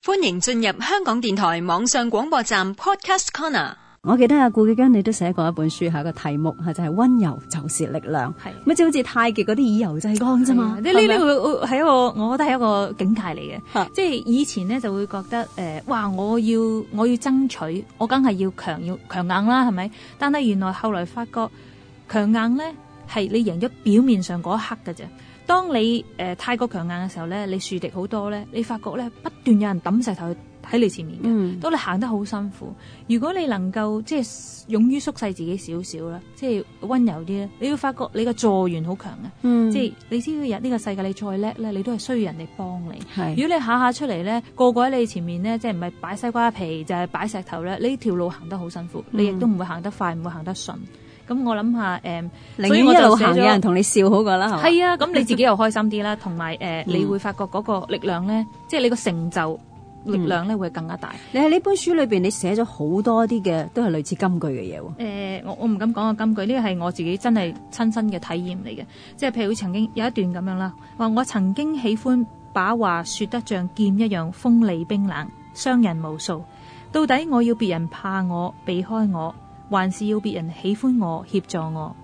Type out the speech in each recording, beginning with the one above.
歡迎進入香港電台網上廣播站 Podcast Corner。我記得啊，顧紀姜你都寫過一本書，係一個題目係就係、是、溫柔就是力量，係咪即係好似太極嗰啲以柔制剛啫啊嘛？呢呢呢個係一個，我覺得係一個境界嚟嘅。即係以前咧就會覺得誒、呃，哇！我要我要爭取，我梗係要強要強硬啦，係咪？但係原來後來發覺強硬咧係你贏咗表面上嗰一刻嘅啫。當你誒、呃太過強硬嘅時候咧，你樹敵好多咧，你發覺咧不斷有人抌石頭喺你前面嘅。嗯，當你行得好辛苦，如果你能夠即係勇於縮細自己少少啦，即係温柔啲咧，你會發覺你嘅助緣好強啊嘅。嗯即係你知道呢個世界你再叻咧，你都係需要人哋幫你。係如果你下下出嚟咧，個個喺你前面咧，即係唔係擺西瓜皮就係、擺石頭咧，呢條路行得好辛苦，嗯你亦都唔會行得快，唔會行得順。咁我諗下誒，嗯寧所以願我一就路寫行咗有人同你笑好過啦，係嘛？係啊，咁你 自己又開心啲啦，同埋嗯誒，你會發覺嗰個力量咧，即係你個成就力嗯量咧會更加大。你喺呢本書裏邊，你寫咗好多啲嘅都係類似金句嘅嘢喎。誒、呃我我唔敢講個金句，呢個係我自己真係親身嘅體驗嚟嘅。即係譬如曾經有一段咁樣啦，話我曾經喜歡把話說得像劍一樣鋒利冰冷，傷人無數。到底我要別人怕我、避開我，還是要別人喜歡我、協助我？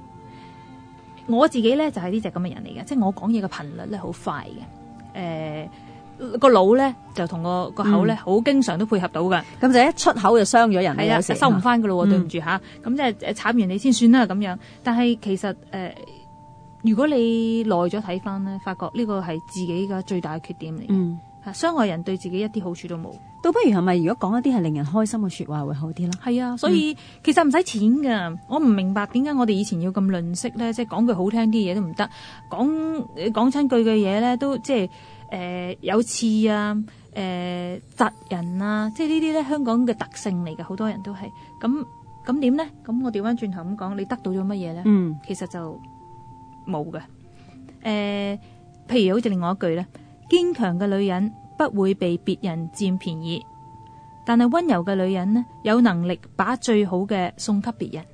我自己呢，就係呢隻咁嘅人嚟嘅，即係我講嘢嘅頻率呢，好快嘅。誒、呃個腦呢，就同個個口呢，好、經常都配合到㗎。咁就一出口就傷咗人啦，係啊，有時收唔翻噶咯嗯喎，對唔住吓，咁即係誒慘完你先算啦咁樣。但係其實誒、呃如果你耐咗睇翻咧，發覺呢個係自己嘅最大嘅缺點嚟，嗯，嚇傷害人對自己一啲好處都冇。倒不如係咪如果講一啲係令人開心嘅説話會好啲啦？係啊，所以其實唔使錢㗎。我唔明白點解我哋以前要咁吝嗇咧，即係講句好聽啲嘢都唔得，講誒講親句嘅嘢咧都即係誒、呃有刺啊，誒、呃、窒人啊，即係呢啲咧香港嘅特性嚟嘅，好多人都係咁咁點咧？咁我調翻轉頭咁講，你得到咗乜嘢咧？嗯，其實就冇嘅。誒、譬如好似另外一句咧，堅強嘅女人不會被別人佔便宜，但係温柔嘅女人呢，有能力把最好嘅送給別人。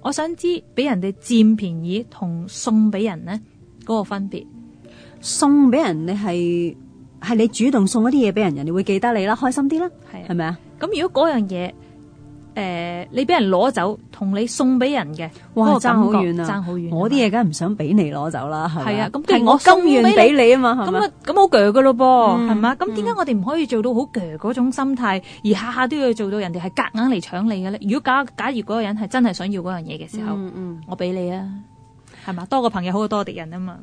我想知俾人哋佔便宜同送俾人呢嗰、個分別。送俾人你係係你主動送一啲嘢俾人，人哋會記得你啦，開心啲啦，係啊係咪啊？咁如果嗰樣嘢，誒、你俾人攞走，同你送俾人嘅，哇，嗰個爭感好覺遠啊！爭好遠啊我啲嘢梗係唔想俾你攞走啦，係咪係啊咁既係然我我送甘願俾俾你啊嘛，係咁咪啊？，咁好鋸噶咯噃，嗯係嘛？咁點解我哋唔可以做到好鋸嗰種心態，而下下都要做到人哋係夾硬嚟搶你嘅咧？如果假假如嗰個人係真係想要嗰樣嘢嘅時候，嗯嗯。我俾你啊，係嘛？多個朋友好過多個敵人啊嘛。